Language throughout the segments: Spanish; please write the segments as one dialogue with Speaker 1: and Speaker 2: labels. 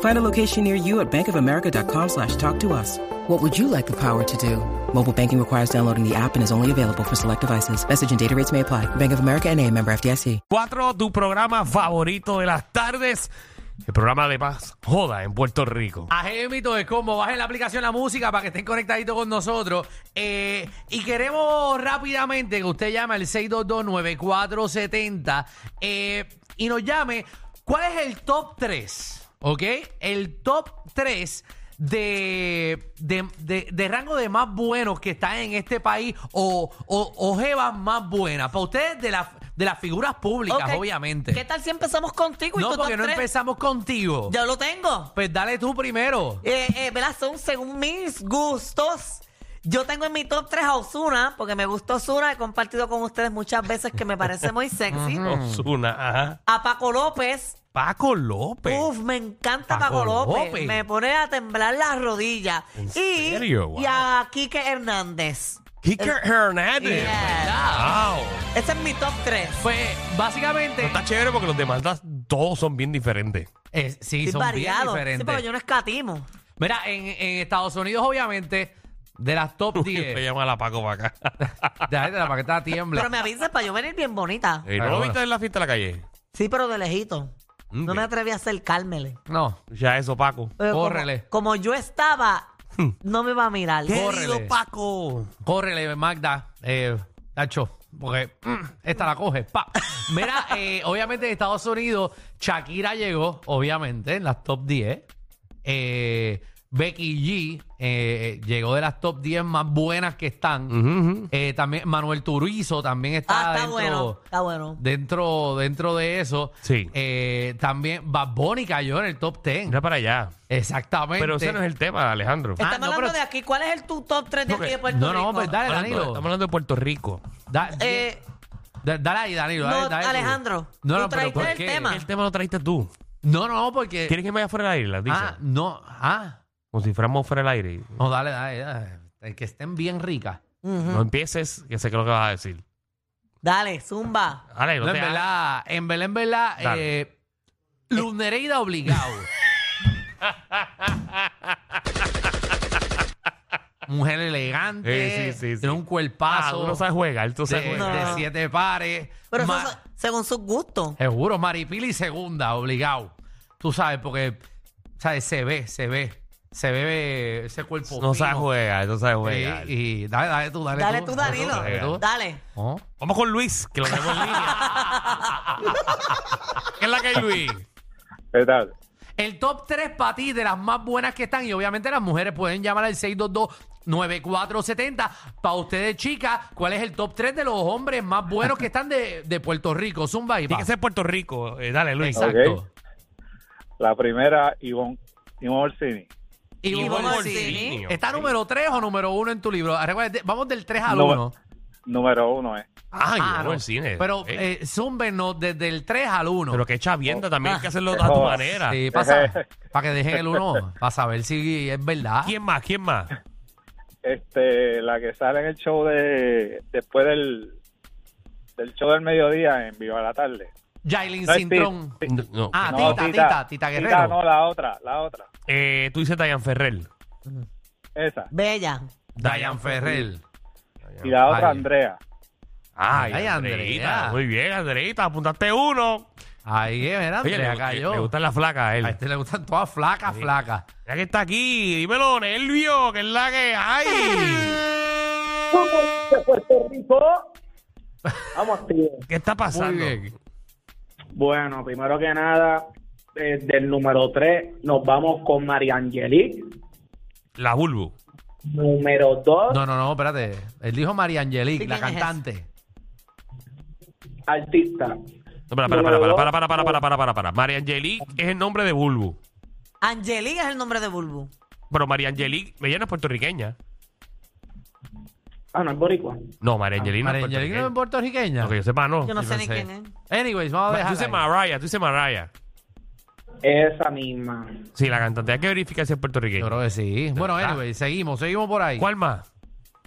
Speaker 1: Find a location near you at bankofamerica.com slash talk to us. What would you like the power to do? Mobile banking requires downloading the app and is only available for select devices. Message and data rates may apply. Bank of America and a member FDIC.
Speaker 2: 4, tu programa favorito de las tardes. El programa de más joda en Puerto Rico.
Speaker 3: Ajémito de combo, bajen la aplicación La Música para que estén conectaditos con nosotros. Eh, y queremos rápidamente que usted llame al 622-9470 eh, y nos llame. ¿Cuál es el top 3? ¿Ok? El top 3 de, de, de- de rango de más buenos que están en este país o, o, o jevas más buenas. Para ustedes, de, la- de las figuras públicas,
Speaker 4: Ok.
Speaker 3: obviamente.
Speaker 4: ¿Qué tal si empezamos contigo y
Speaker 3: no,
Speaker 4: tú
Speaker 3: porque no empezamos contigo.
Speaker 4: Yo lo tengo.
Speaker 3: Pues dale tú primero.
Speaker 4: Eh, eh, ¿verdad? Son según mis gustos. Yo tengo en mi top 3 a Osuna, porque me gustó Osuna. He compartido con ustedes muchas veces que me parece muy sexy.
Speaker 2: Ozuna, ajá.
Speaker 4: A Paco López.
Speaker 2: Paco López.
Speaker 4: Uf, me encanta
Speaker 2: Paco
Speaker 4: Paco, López.
Speaker 2: López.
Speaker 4: Me pone a temblar las rodillas.
Speaker 2: ¿En
Speaker 4: y,
Speaker 2: serio? Wow.
Speaker 4: y a Quique Hernández.
Speaker 2: Kicker Hernández.
Speaker 4: Yeah.
Speaker 2: Wow.
Speaker 4: Ese es mi top 3.
Speaker 3: Pues básicamente.
Speaker 2: Pero Está chévere porque los demás das- todos son bien diferentes.
Speaker 3: eh, sí,
Speaker 4: Sí,
Speaker 3: son
Speaker 4: variado.
Speaker 3: bien
Speaker 4: Sí,
Speaker 3: diferentes.
Speaker 4: porque yo no escatimo.
Speaker 3: Mira, en, en Estados Unidos, obviamente, de las top
Speaker 2: Le
Speaker 3: 10.
Speaker 2: llama a la Paco para acá.
Speaker 3: Déjate la paqueta tiembla.
Speaker 4: Pero me avisas para yo venir bien bonita.
Speaker 2: Eh, ¿No
Speaker 3: Ah,
Speaker 2: lo
Speaker 3: bueno.
Speaker 2: viste en la fiesta de la calle?
Speaker 4: Sí, pero de lejito. No
Speaker 3: Mm,
Speaker 2: Ok.
Speaker 4: me atreví a acercármele.
Speaker 3: No.
Speaker 2: Ya eso, Paco.
Speaker 4: Pero como-
Speaker 3: Córrele. Hmm.
Speaker 4: Como, yo estaba, no me va a mirar. Ah,
Speaker 3: Córrele.
Speaker 2: Paco.
Speaker 3: Córrele, Magda. Eh, Tacho. Porque mm, esta la coge. Pa. Mira, eh, obviamente en Estados Unidos, Shakira llegó, obviamente, en las top 10. Eh, Becky G eh, llegó de las top 10 más buenas que están. Eh, también Manuel Turizo también está,
Speaker 4: Ah, está
Speaker 3: dentro,
Speaker 4: bueno, está bueno.
Speaker 3: dentro dentro de eso.
Speaker 2: Sí.
Speaker 3: Eh, también Bad Bunny cayó en el top 10.
Speaker 2: Mira para allá.
Speaker 3: Exactamente.
Speaker 2: Pero ese no es el tema, Alejandro.
Speaker 4: Estamos
Speaker 3: Ah, no,
Speaker 4: hablando
Speaker 3: pero-
Speaker 4: de aquí. ¿Cuál es el tu top 3 de
Speaker 2: Porque-
Speaker 4: aquí de Puerto
Speaker 3: No,
Speaker 4: Rico?
Speaker 3: no, pues dale,
Speaker 2: Estamos hablando-
Speaker 3: Danilo.
Speaker 2: Estamos hablando de Puerto Rico.
Speaker 3: Da-
Speaker 4: Eh,
Speaker 3: da- dale ahí, Danilo. dale,
Speaker 4: no,
Speaker 3: dale tú.
Speaker 4: Alejandro,
Speaker 3: No,
Speaker 4: tú
Speaker 3: no, pero
Speaker 4: trajiste
Speaker 3: ¿por
Speaker 4: el
Speaker 3: qué?
Speaker 4: tema.
Speaker 2: El tema lo trajiste tú.
Speaker 3: No, no, porque.
Speaker 2: ¿Quieres que me vaya fuera del aire? Las dices.
Speaker 3: Ah, no. Ah.
Speaker 2: Como si fuéramos fuera del aire.
Speaker 3: No, dale, dale, dale. Que estén bien ricas.
Speaker 2: No empieces, que sé que lo que vas a decir.
Speaker 4: Dale, zumba.
Speaker 2: Ale, no,
Speaker 3: No, en
Speaker 2: te hagas.
Speaker 3: verdad, en verdad, en verdad,
Speaker 2: Dale.
Speaker 3: eh, Luz Nereida obligado. Mujer elegante,
Speaker 2: Eh, sí, sí, sí.
Speaker 3: tiene un
Speaker 2: Ah,
Speaker 3: cuerpazo
Speaker 2: tú no sabes jugar, tú
Speaker 3: de,
Speaker 2: sabes jugar.
Speaker 3: de
Speaker 4: No.
Speaker 3: siete pares.
Speaker 4: Pero eso
Speaker 3: Ma-
Speaker 4: es según sus gustos.
Speaker 3: Seguro, Maripili segunda, obligado. Tú sabes, porque sabes, se ve, se ve, se ve ese cuerpo.
Speaker 2: No
Speaker 3: fino.
Speaker 2: sabes jugar, no sabes jugar.
Speaker 3: Y, y dale, dale tú, dale,
Speaker 4: Dale
Speaker 3: tú.
Speaker 4: tú, Danilo.
Speaker 2: dale
Speaker 3: tú.
Speaker 4: Dale.
Speaker 3: Oh.
Speaker 2: Vamos con Luis, que lo tenemos en línea. ¿Qué es la que hay, Luis?
Speaker 5: ¿Qué tal?
Speaker 3: El top 3 para ti de las más buenas que están, y obviamente las mujeres pueden llamar al 622-9470. Para ustedes, chicas, ¿cuál es el top 3 de los hombres más buenos que están de, de Puerto Rico? Zumba y
Speaker 2: Tiene
Speaker 3: pa.
Speaker 2: que ser Puerto Rico. Eh, dale, Luis.
Speaker 3: Exacto.
Speaker 5: Ok. La primera, Ivonne, Ivonne Orsini.
Speaker 3: Y
Speaker 4: Y
Speaker 3: vos,
Speaker 4: vamos
Speaker 3: Bolsi,
Speaker 4: al cine.
Speaker 2: Bolsillo.
Speaker 3: ¿Está número 3 o número 1 en tu libro? Recuerda, de- Vamos del 3 al
Speaker 5: No,
Speaker 3: 1.
Speaker 5: Número uno ¿eh? es.
Speaker 2: Ay,
Speaker 3: Ah,
Speaker 2: vamos
Speaker 3: no.
Speaker 2: al cine.
Speaker 3: Pero
Speaker 2: Ok.
Speaker 3: eh, zúmbenos desde el 3 al 1.
Speaker 2: Pero que chavienda también
Speaker 3: Ah.
Speaker 2: hay que hacerlo a tu
Speaker 5: Oh.
Speaker 2: manera.
Speaker 3: para, que dejen el 1, para saber si es verdad.
Speaker 2: ¿Quién más? ¿Quién más?
Speaker 5: Este, la que sale en el show de después del, del show del mediodía en Viva la Tarde.
Speaker 3: Jailin
Speaker 5: No es
Speaker 3: Cintrón.
Speaker 5: Titi.
Speaker 2: No.
Speaker 3: Ah,
Speaker 5: No,
Speaker 3: Tita, Tita, Tita, Guerrero.
Speaker 5: no, la otra, la otra.
Speaker 2: Eh, tú dices Dayan Ferrer.
Speaker 5: Esa.
Speaker 4: Bella.
Speaker 3: Dayan Ferrer.
Speaker 5: Y la otra,
Speaker 3: Ay.
Speaker 5: Andrea.
Speaker 2: Ay,
Speaker 3: Ay,
Speaker 2: Andreita.
Speaker 3: Andrea.
Speaker 2: Muy bien, Andreita. Apuntaste uno.
Speaker 3: Ahí es, ¿verdad?
Speaker 2: Oye,
Speaker 3: Andrea
Speaker 2: le,
Speaker 3: cayó.
Speaker 2: le- le gustan las flacas a él.
Speaker 3: A este le gustan todas flacas, flacas.
Speaker 2: Ya que está aquí, dímelo, Nervio, que es la que hay.
Speaker 6: de Puerto Rico. Vamos, tío.
Speaker 2: ¿Qué está pasando?
Speaker 3: Muy bien.
Speaker 6: Bueno, primero que nada, desde el número 3 nos vamos con María Angelique.
Speaker 2: La Bulbu.
Speaker 6: Número 2,
Speaker 3: No, no, no, espérate. Él dijo María Angelique,
Speaker 4: Sí,
Speaker 3: la
Speaker 4: ¿quién es
Speaker 3: cantante.
Speaker 6: artista.
Speaker 2: No, para, para, para, para, para, para, para, para, para, para, para. María Angelique es el nombre de Bulbu.
Speaker 4: Angelina es el nombre de Bulbu.
Speaker 2: Pero María Angelique, ella no es puertorriqueña.
Speaker 6: Ah, no, es boricua.
Speaker 2: No, María Angelina.
Speaker 3: Ah, María
Speaker 2: es
Speaker 3: Angelina es puertorriqueña.
Speaker 2: Lo que yo sepa,
Speaker 3: Oh,
Speaker 2: no.
Speaker 4: Yo no sé ni
Speaker 3: pensé.
Speaker 4: quién es.
Speaker 3: Anyways, vamos
Speaker 2: Ma-
Speaker 3: a
Speaker 2: Tú
Speaker 3: dejar.
Speaker 2: dices Mariah, tú dices Mariah.
Speaker 6: Esa misma.
Speaker 2: Sí, la cantante. Hay que verificar si es
Speaker 3: Yo
Speaker 2: puertorriqueña.
Speaker 3: creo que sí. Bueno,
Speaker 2: ¿Verdad?
Speaker 3: anyways, seguimos, seguimos por ahí.
Speaker 2: ¿Cuál más?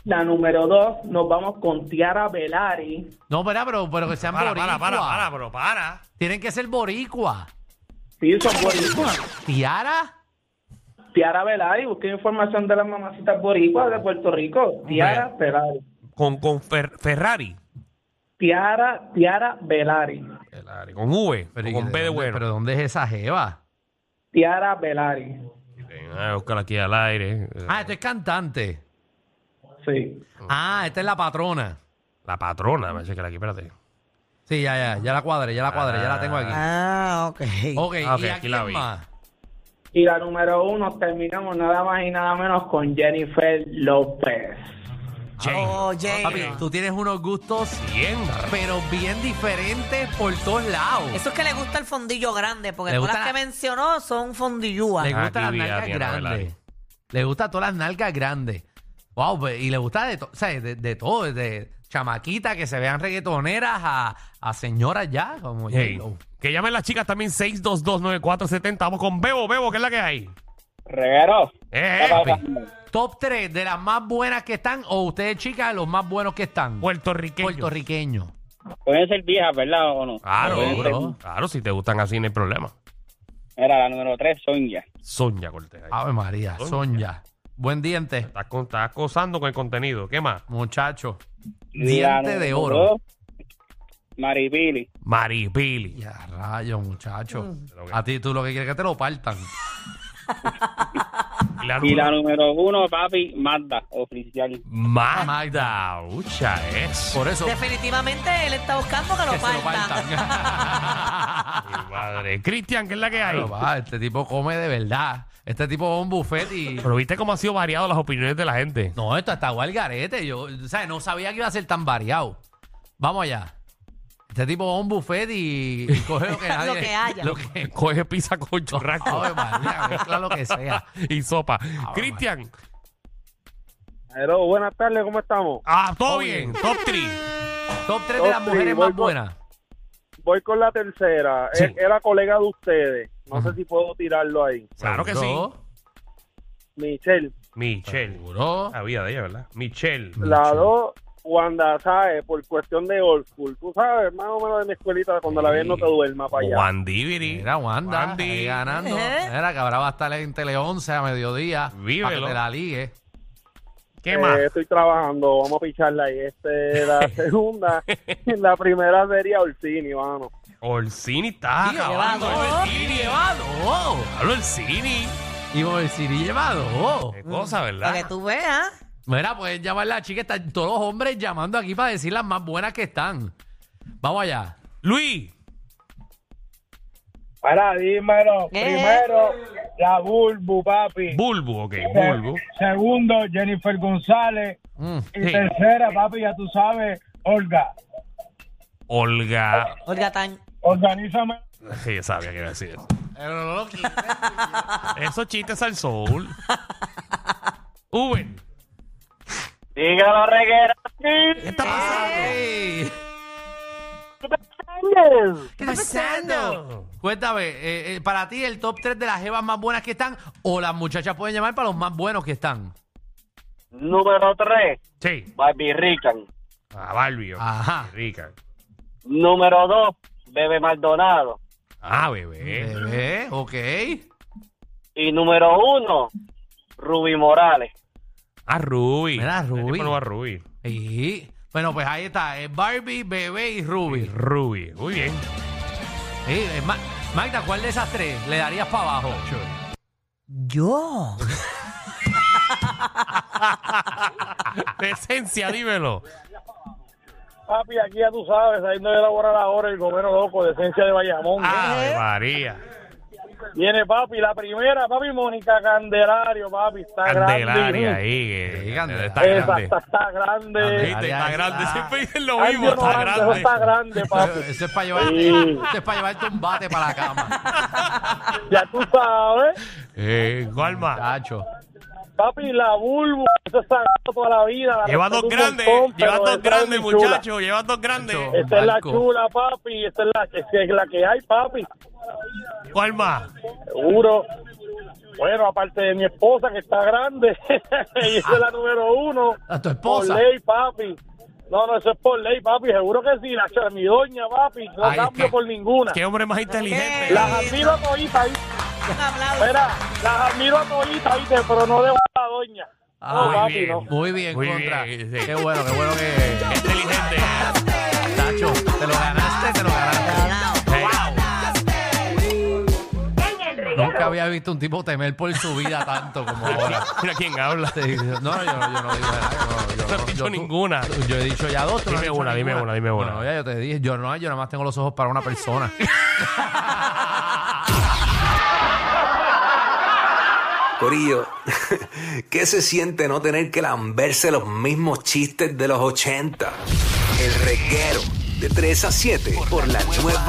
Speaker 6: La número dos, nos vamos con Tiara Velari.
Speaker 3: No, pero, pero, pero que sean
Speaker 2: Para,
Speaker 3: boricua.
Speaker 2: para, para, para, pero para.
Speaker 3: Tienen que ser boricua.
Speaker 6: Sí, son boricuas.
Speaker 3: Tiara.
Speaker 6: Tiara Velari, busqué información de las mamacitas boricuas de Puerto Rico. Tiara Velari.
Speaker 2: Con, con Fer- Ferrari.
Speaker 6: Tiara, Tiara Velari.
Speaker 2: Ferrari, Con V.
Speaker 3: Pero,
Speaker 2: o
Speaker 3: ¿y
Speaker 2: con B de
Speaker 3: dónde-
Speaker 2: bueno.
Speaker 3: Pero ¿dónde es esa jeva?
Speaker 6: Tiara Velari.
Speaker 2: Ah, búscala aquí al aire. Eh,
Speaker 3: Ah, esto es cantante.
Speaker 6: Sí.
Speaker 3: Ah, esta es la patrona.
Speaker 2: La patrona, me que aquí, espérate.
Speaker 3: Sí, ya, ya, ya la cuadré, ya la cuadré, ya la tengo aquí.
Speaker 4: Ah, ok.
Speaker 3: Ok,
Speaker 2: Ah, ok,
Speaker 3: ¿y
Speaker 2: aquí
Speaker 3: aquí
Speaker 2: la vi.
Speaker 3: más?
Speaker 6: Y la número uno, terminamos nada más y nada menos con Jennifer López.
Speaker 2: Jane.
Speaker 4: Oh, Jane.
Speaker 3: Papi, tú tienes unos gustos,
Speaker 2: Bien.
Speaker 3: pero bien diferentes por todos lados.
Speaker 4: Eso es que le gusta el fondillo grande, porque
Speaker 3: Le
Speaker 4: todas
Speaker 3: gusta
Speaker 4: las que
Speaker 3: la-
Speaker 4: mencionó son fondillúas.
Speaker 3: Le
Speaker 2: Ah,
Speaker 3: gustan las
Speaker 2: aquí vi a
Speaker 3: nalgas
Speaker 2: Diana
Speaker 3: grandes.
Speaker 2: Velázquez.
Speaker 3: Le gustan todas las nalgas grandes. Wow, pues, y le gusta de, to- o sea, de, de todo, desde chamaquitas que se vean reggaetoneras a, a señoras ya, como
Speaker 2: Jane.
Speaker 3: J-Lo.
Speaker 2: Que llamen las chicas también 6229470. Vamos con Bebo, Bebo, que es la que hay.
Speaker 5: Reguero.
Speaker 2: Eh, papi.
Speaker 3: pues. Top 3 de las más buenas que están, o ustedes, chicas, de los más buenos que están.
Speaker 2: Puertorriqueño.
Speaker 3: Puertorriqueños.
Speaker 7: Pueden ser viejas, ¿verdad? ¿O no?
Speaker 3: Ah,
Speaker 2: Claro,
Speaker 7: Pueden ser-
Speaker 2: seguro. claro, si te gustan así no hay problema.
Speaker 7: Era la número 3, Sonia.
Speaker 2: Sonia Cortés. ahí.
Speaker 3: Ave María,
Speaker 2: Sonia.
Speaker 3: Sonia. Buen diente,
Speaker 2: Estás, con- estás acosando con el contenido. ¿Qué más?
Speaker 3: muchacho.
Speaker 7: Y la
Speaker 3: Diente de
Speaker 7: número
Speaker 3: oro.
Speaker 7: dos, Maripili.
Speaker 2: Maripili.
Speaker 3: Ya, rayo, muchacho.
Speaker 2: Pero que-
Speaker 3: A ti tú lo que quieres es que te lo partan.
Speaker 2: Y la
Speaker 7: Y
Speaker 2: número-
Speaker 7: la número 1, papi, Magda, oficial.
Speaker 2: Magda. Ucha es.
Speaker 3: Por eso,
Speaker 4: Definitivamente él está buscando que lo
Speaker 3: que se lo
Speaker 4: partan.
Speaker 3: partan.
Speaker 2: Mi madre. Cristian, ¿qué es la que hay?
Speaker 3: Pero va, este tipo come de verdad. Este tipo va a un buffet y.
Speaker 2: Pero viste cómo ha sido variado las opiniones de la gente.
Speaker 3: No, esto está igual garete. Yo, o sea, no sabía que iba a ser tan variado. Vamos allá. Este tipo va a un buffet y, y coge lo que nadie.
Speaker 4: Lo que haya.
Speaker 3: Lo que.
Speaker 2: Coge pizza con churrasco
Speaker 3: Ave María, mezcla lo que sea.
Speaker 2: y sopa. Cristian,
Speaker 5: Hello, buenas tardes, ¿cómo estamos?
Speaker 2: ah, todo
Speaker 3: Todo
Speaker 2: bien.
Speaker 3: bien.
Speaker 2: Top 3.
Speaker 3: Top 3 de las
Speaker 5: Top three,
Speaker 3: mujeres
Speaker 5: voy
Speaker 3: más
Speaker 5: con-
Speaker 3: buenas.
Speaker 5: Voy con la tercera.
Speaker 2: Sí.
Speaker 5: Es- Era colega de ustedes. No sé si puedo tirarlo ahí.
Speaker 2: Claro que
Speaker 3: Seguro.
Speaker 5: Michelle.
Speaker 2: Michelle.
Speaker 3: Seguro.
Speaker 2: Había de ella, ¿verdad? Michelle.
Speaker 5: La dos, Wanda Sae, por cuestión de old school. Tú sabes, más o menos de mi escuelita, cuando la ves no te duerma para allá.
Speaker 2: Juan Diviri.
Speaker 3: Mira, Wanda.
Speaker 2: Wandy.
Speaker 3: ahí ganando.
Speaker 4: Ejé.
Speaker 3: Mira, que ahora va a estar en Tele 11 a mediodía. Para
Speaker 2: Vívelo.
Speaker 3: que te la ligue.
Speaker 2: ¿Qué
Speaker 5: Eh,
Speaker 2: más?
Speaker 5: estoy trabajando, vamos a picharla ahí. Este, la segunda, la primera sería Orsini, mano.
Speaker 2: Orsini está acabando.
Speaker 4: Llevado.
Speaker 2: Orsini.
Speaker 3: llevado!
Speaker 2: Hablo Orsini.
Speaker 3: Y con el CD llevado.
Speaker 2: Qué cosa,
Speaker 4: Para que
Speaker 2: ¿verdad?
Speaker 4: tú veas.
Speaker 3: Mira, pueden llamar la chica. Están todos los hombres llamando aquí para decir las más buenas que están. Vamos allá.
Speaker 2: Luis.
Speaker 5: Para, dímelo.
Speaker 4: ¿Qué?
Speaker 5: Primero, la Bulbu, papi.
Speaker 2: Bulbu, ok. Bulbu.
Speaker 5: Segundo, Jennifer González.
Speaker 3: Mm.
Speaker 5: Y
Speaker 2: Sí.
Speaker 5: tercera, papi, ya tú sabes, Olga.
Speaker 2: Olga.
Speaker 4: Olga Tan.
Speaker 5: Organízame.
Speaker 2: Sí, yo sabía que iba a decir eso.
Speaker 3: Pero no lo quites.
Speaker 2: Esos chistes al sol. Uber.
Speaker 5: Dígalo, reguera.
Speaker 2: ¿Qué está pasando?
Speaker 5: Eh.
Speaker 3: Ey,
Speaker 2: ¿Qué está pasando?
Speaker 3: Cuéntame, eh, eh, para ti el top 3 de las jevas más buenas que están o las muchachas pueden llamar para los más buenos que están.
Speaker 5: Número 3,
Speaker 2: Sí.
Speaker 5: Barbie Rican.
Speaker 2: A Barbie. ok.
Speaker 3: Ajá.
Speaker 2: Rica.
Speaker 5: Número 2, Bebe Maldonado.
Speaker 2: Ah,
Speaker 5: Eh.
Speaker 2: bebé.
Speaker 3: Bebé, ok.
Speaker 5: Y número 1, Ruby Morales.
Speaker 2: A Ah, Ruby.
Speaker 3: Mira, a Ruby.
Speaker 2: Pero a Ruby.
Speaker 3: Y, bueno, pues ahí está. eh, Barbie, Bebé y Ruby.
Speaker 2: Ruby. Muy bien.
Speaker 3: Sí, eh, Ma- Magda, ¿cuál de esas tres le darías para abajo?
Speaker 4: Yo.
Speaker 2: Decencia, dímelo.
Speaker 5: Papi, aquí ya tú sabes, saliendo de elaborar ahora el gobierno loco de esencia de Bayamón.
Speaker 2: Ay, María.
Speaker 5: Viene papi, la primera, papi, Mónica Candelario, papi, está
Speaker 2: Candelaria
Speaker 5: grande.
Speaker 2: ahí. que-
Speaker 3: Sí, Candelaria.
Speaker 2: Está
Speaker 5: Esa
Speaker 2: grande.
Speaker 5: está, está grande.
Speaker 3: Candelaria.
Speaker 2: Viste, Está
Speaker 3: Está-
Speaker 2: grande. Siempre dicen lo
Speaker 5: Ay,
Speaker 2: mismo.
Speaker 5: Dios,
Speaker 2: Está
Speaker 5: Morales, eso
Speaker 2: grande.
Speaker 5: está grande, papi.
Speaker 3: Eso es para llevarte,
Speaker 5: Sí.
Speaker 3: eso es para llevarte un bate para la cama.
Speaker 5: Ya tú sabes.
Speaker 2: Eh, ¿Cuál más?
Speaker 3: Chacho.
Speaker 5: Papi, la Bulbu, eso es sagrado toda la vida. la
Speaker 2: Lleva
Speaker 5: respeto
Speaker 2: dos
Speaker 5: un
Speaker 2: grandes,
Speaker 5: montón, pero
Speaker 2: lleva dos
Speaker 5: esa es
Speaker 2: grandes,
Speaker 5: mi chula.
Speaker 2: muchacho, lleva dos grandes.
Speaker 3: Nacho.
Speaker 5: Esta es la
Speaker 3: Marco.
Speaker 5: chula, papi, esta es la que, que es la que hay, papi,
Speaker 2: ¿Cuál más?
Speaker 5: seguro. Bueno, aparte de mi esposa que está grande, y esa es la número uno.
Speaker 3: A tu esposa.
Speaker 5: Por ley, papi. No, no, eso es por ley, papi, seguro que sí, la chula, mi doña, papi, no
Speaker 2: Ay,
Speaker 5: cambio
Speaker 2: qué-
Speaker 5: por ninguna.
Speaker 2: ¿Qué hombre más inteligente?
Speaker 5: Las admiro a toditas, ¿viste?
Speaker 4: Un aplauso.
Speaker 5: Mira, las admiro a toditas, ¿viste? Pero no debo a la doña.
Speaker 3: Ah,
Speaker 5: no,
Speaker 3: muy
Speaker 5: papi,
Speaker 2: bien.
Speaker 5: no.
Speaker 3: Muy bien,
Speaker 2: Muy
Speaker 3: contra.
Speaker 2: bien, sí.
Speaker 3: Qué bueno, qué bueno que.
Speaker 2: Qué inteligente.
Speaker 3: Nacho, te lo ganaste, te lo ganaste. Nunca había visto un tipo temer por su vida tanto como ahora.
Speaker 2: Mira quién habla.
Speaker 3: Sí, yo- No, yo, yo no digo nada, yo no- yo
Speaker 2: No has
Speaker 3: no-
Speaker 2: dicho
Speaker 3: yo- tú-
Speaker 2: ninguna.
Speaker 3: Yo he dicho ya dos. tú no has
Speaker 2: Dime
Speaker 3: dicho
Speaker 2: una, dime
Speaker 3: ninguna.
Speaker 2: una, dime una.
Speaker 3: No, ya yo te dije. Yo no, yo nada más tengo los ojos para una persona.
Speaker 8: Corillo, ¿qué se siente no tener que lamberse los mismos chistes de los 80? El reguero de 3 a 7 por la nueva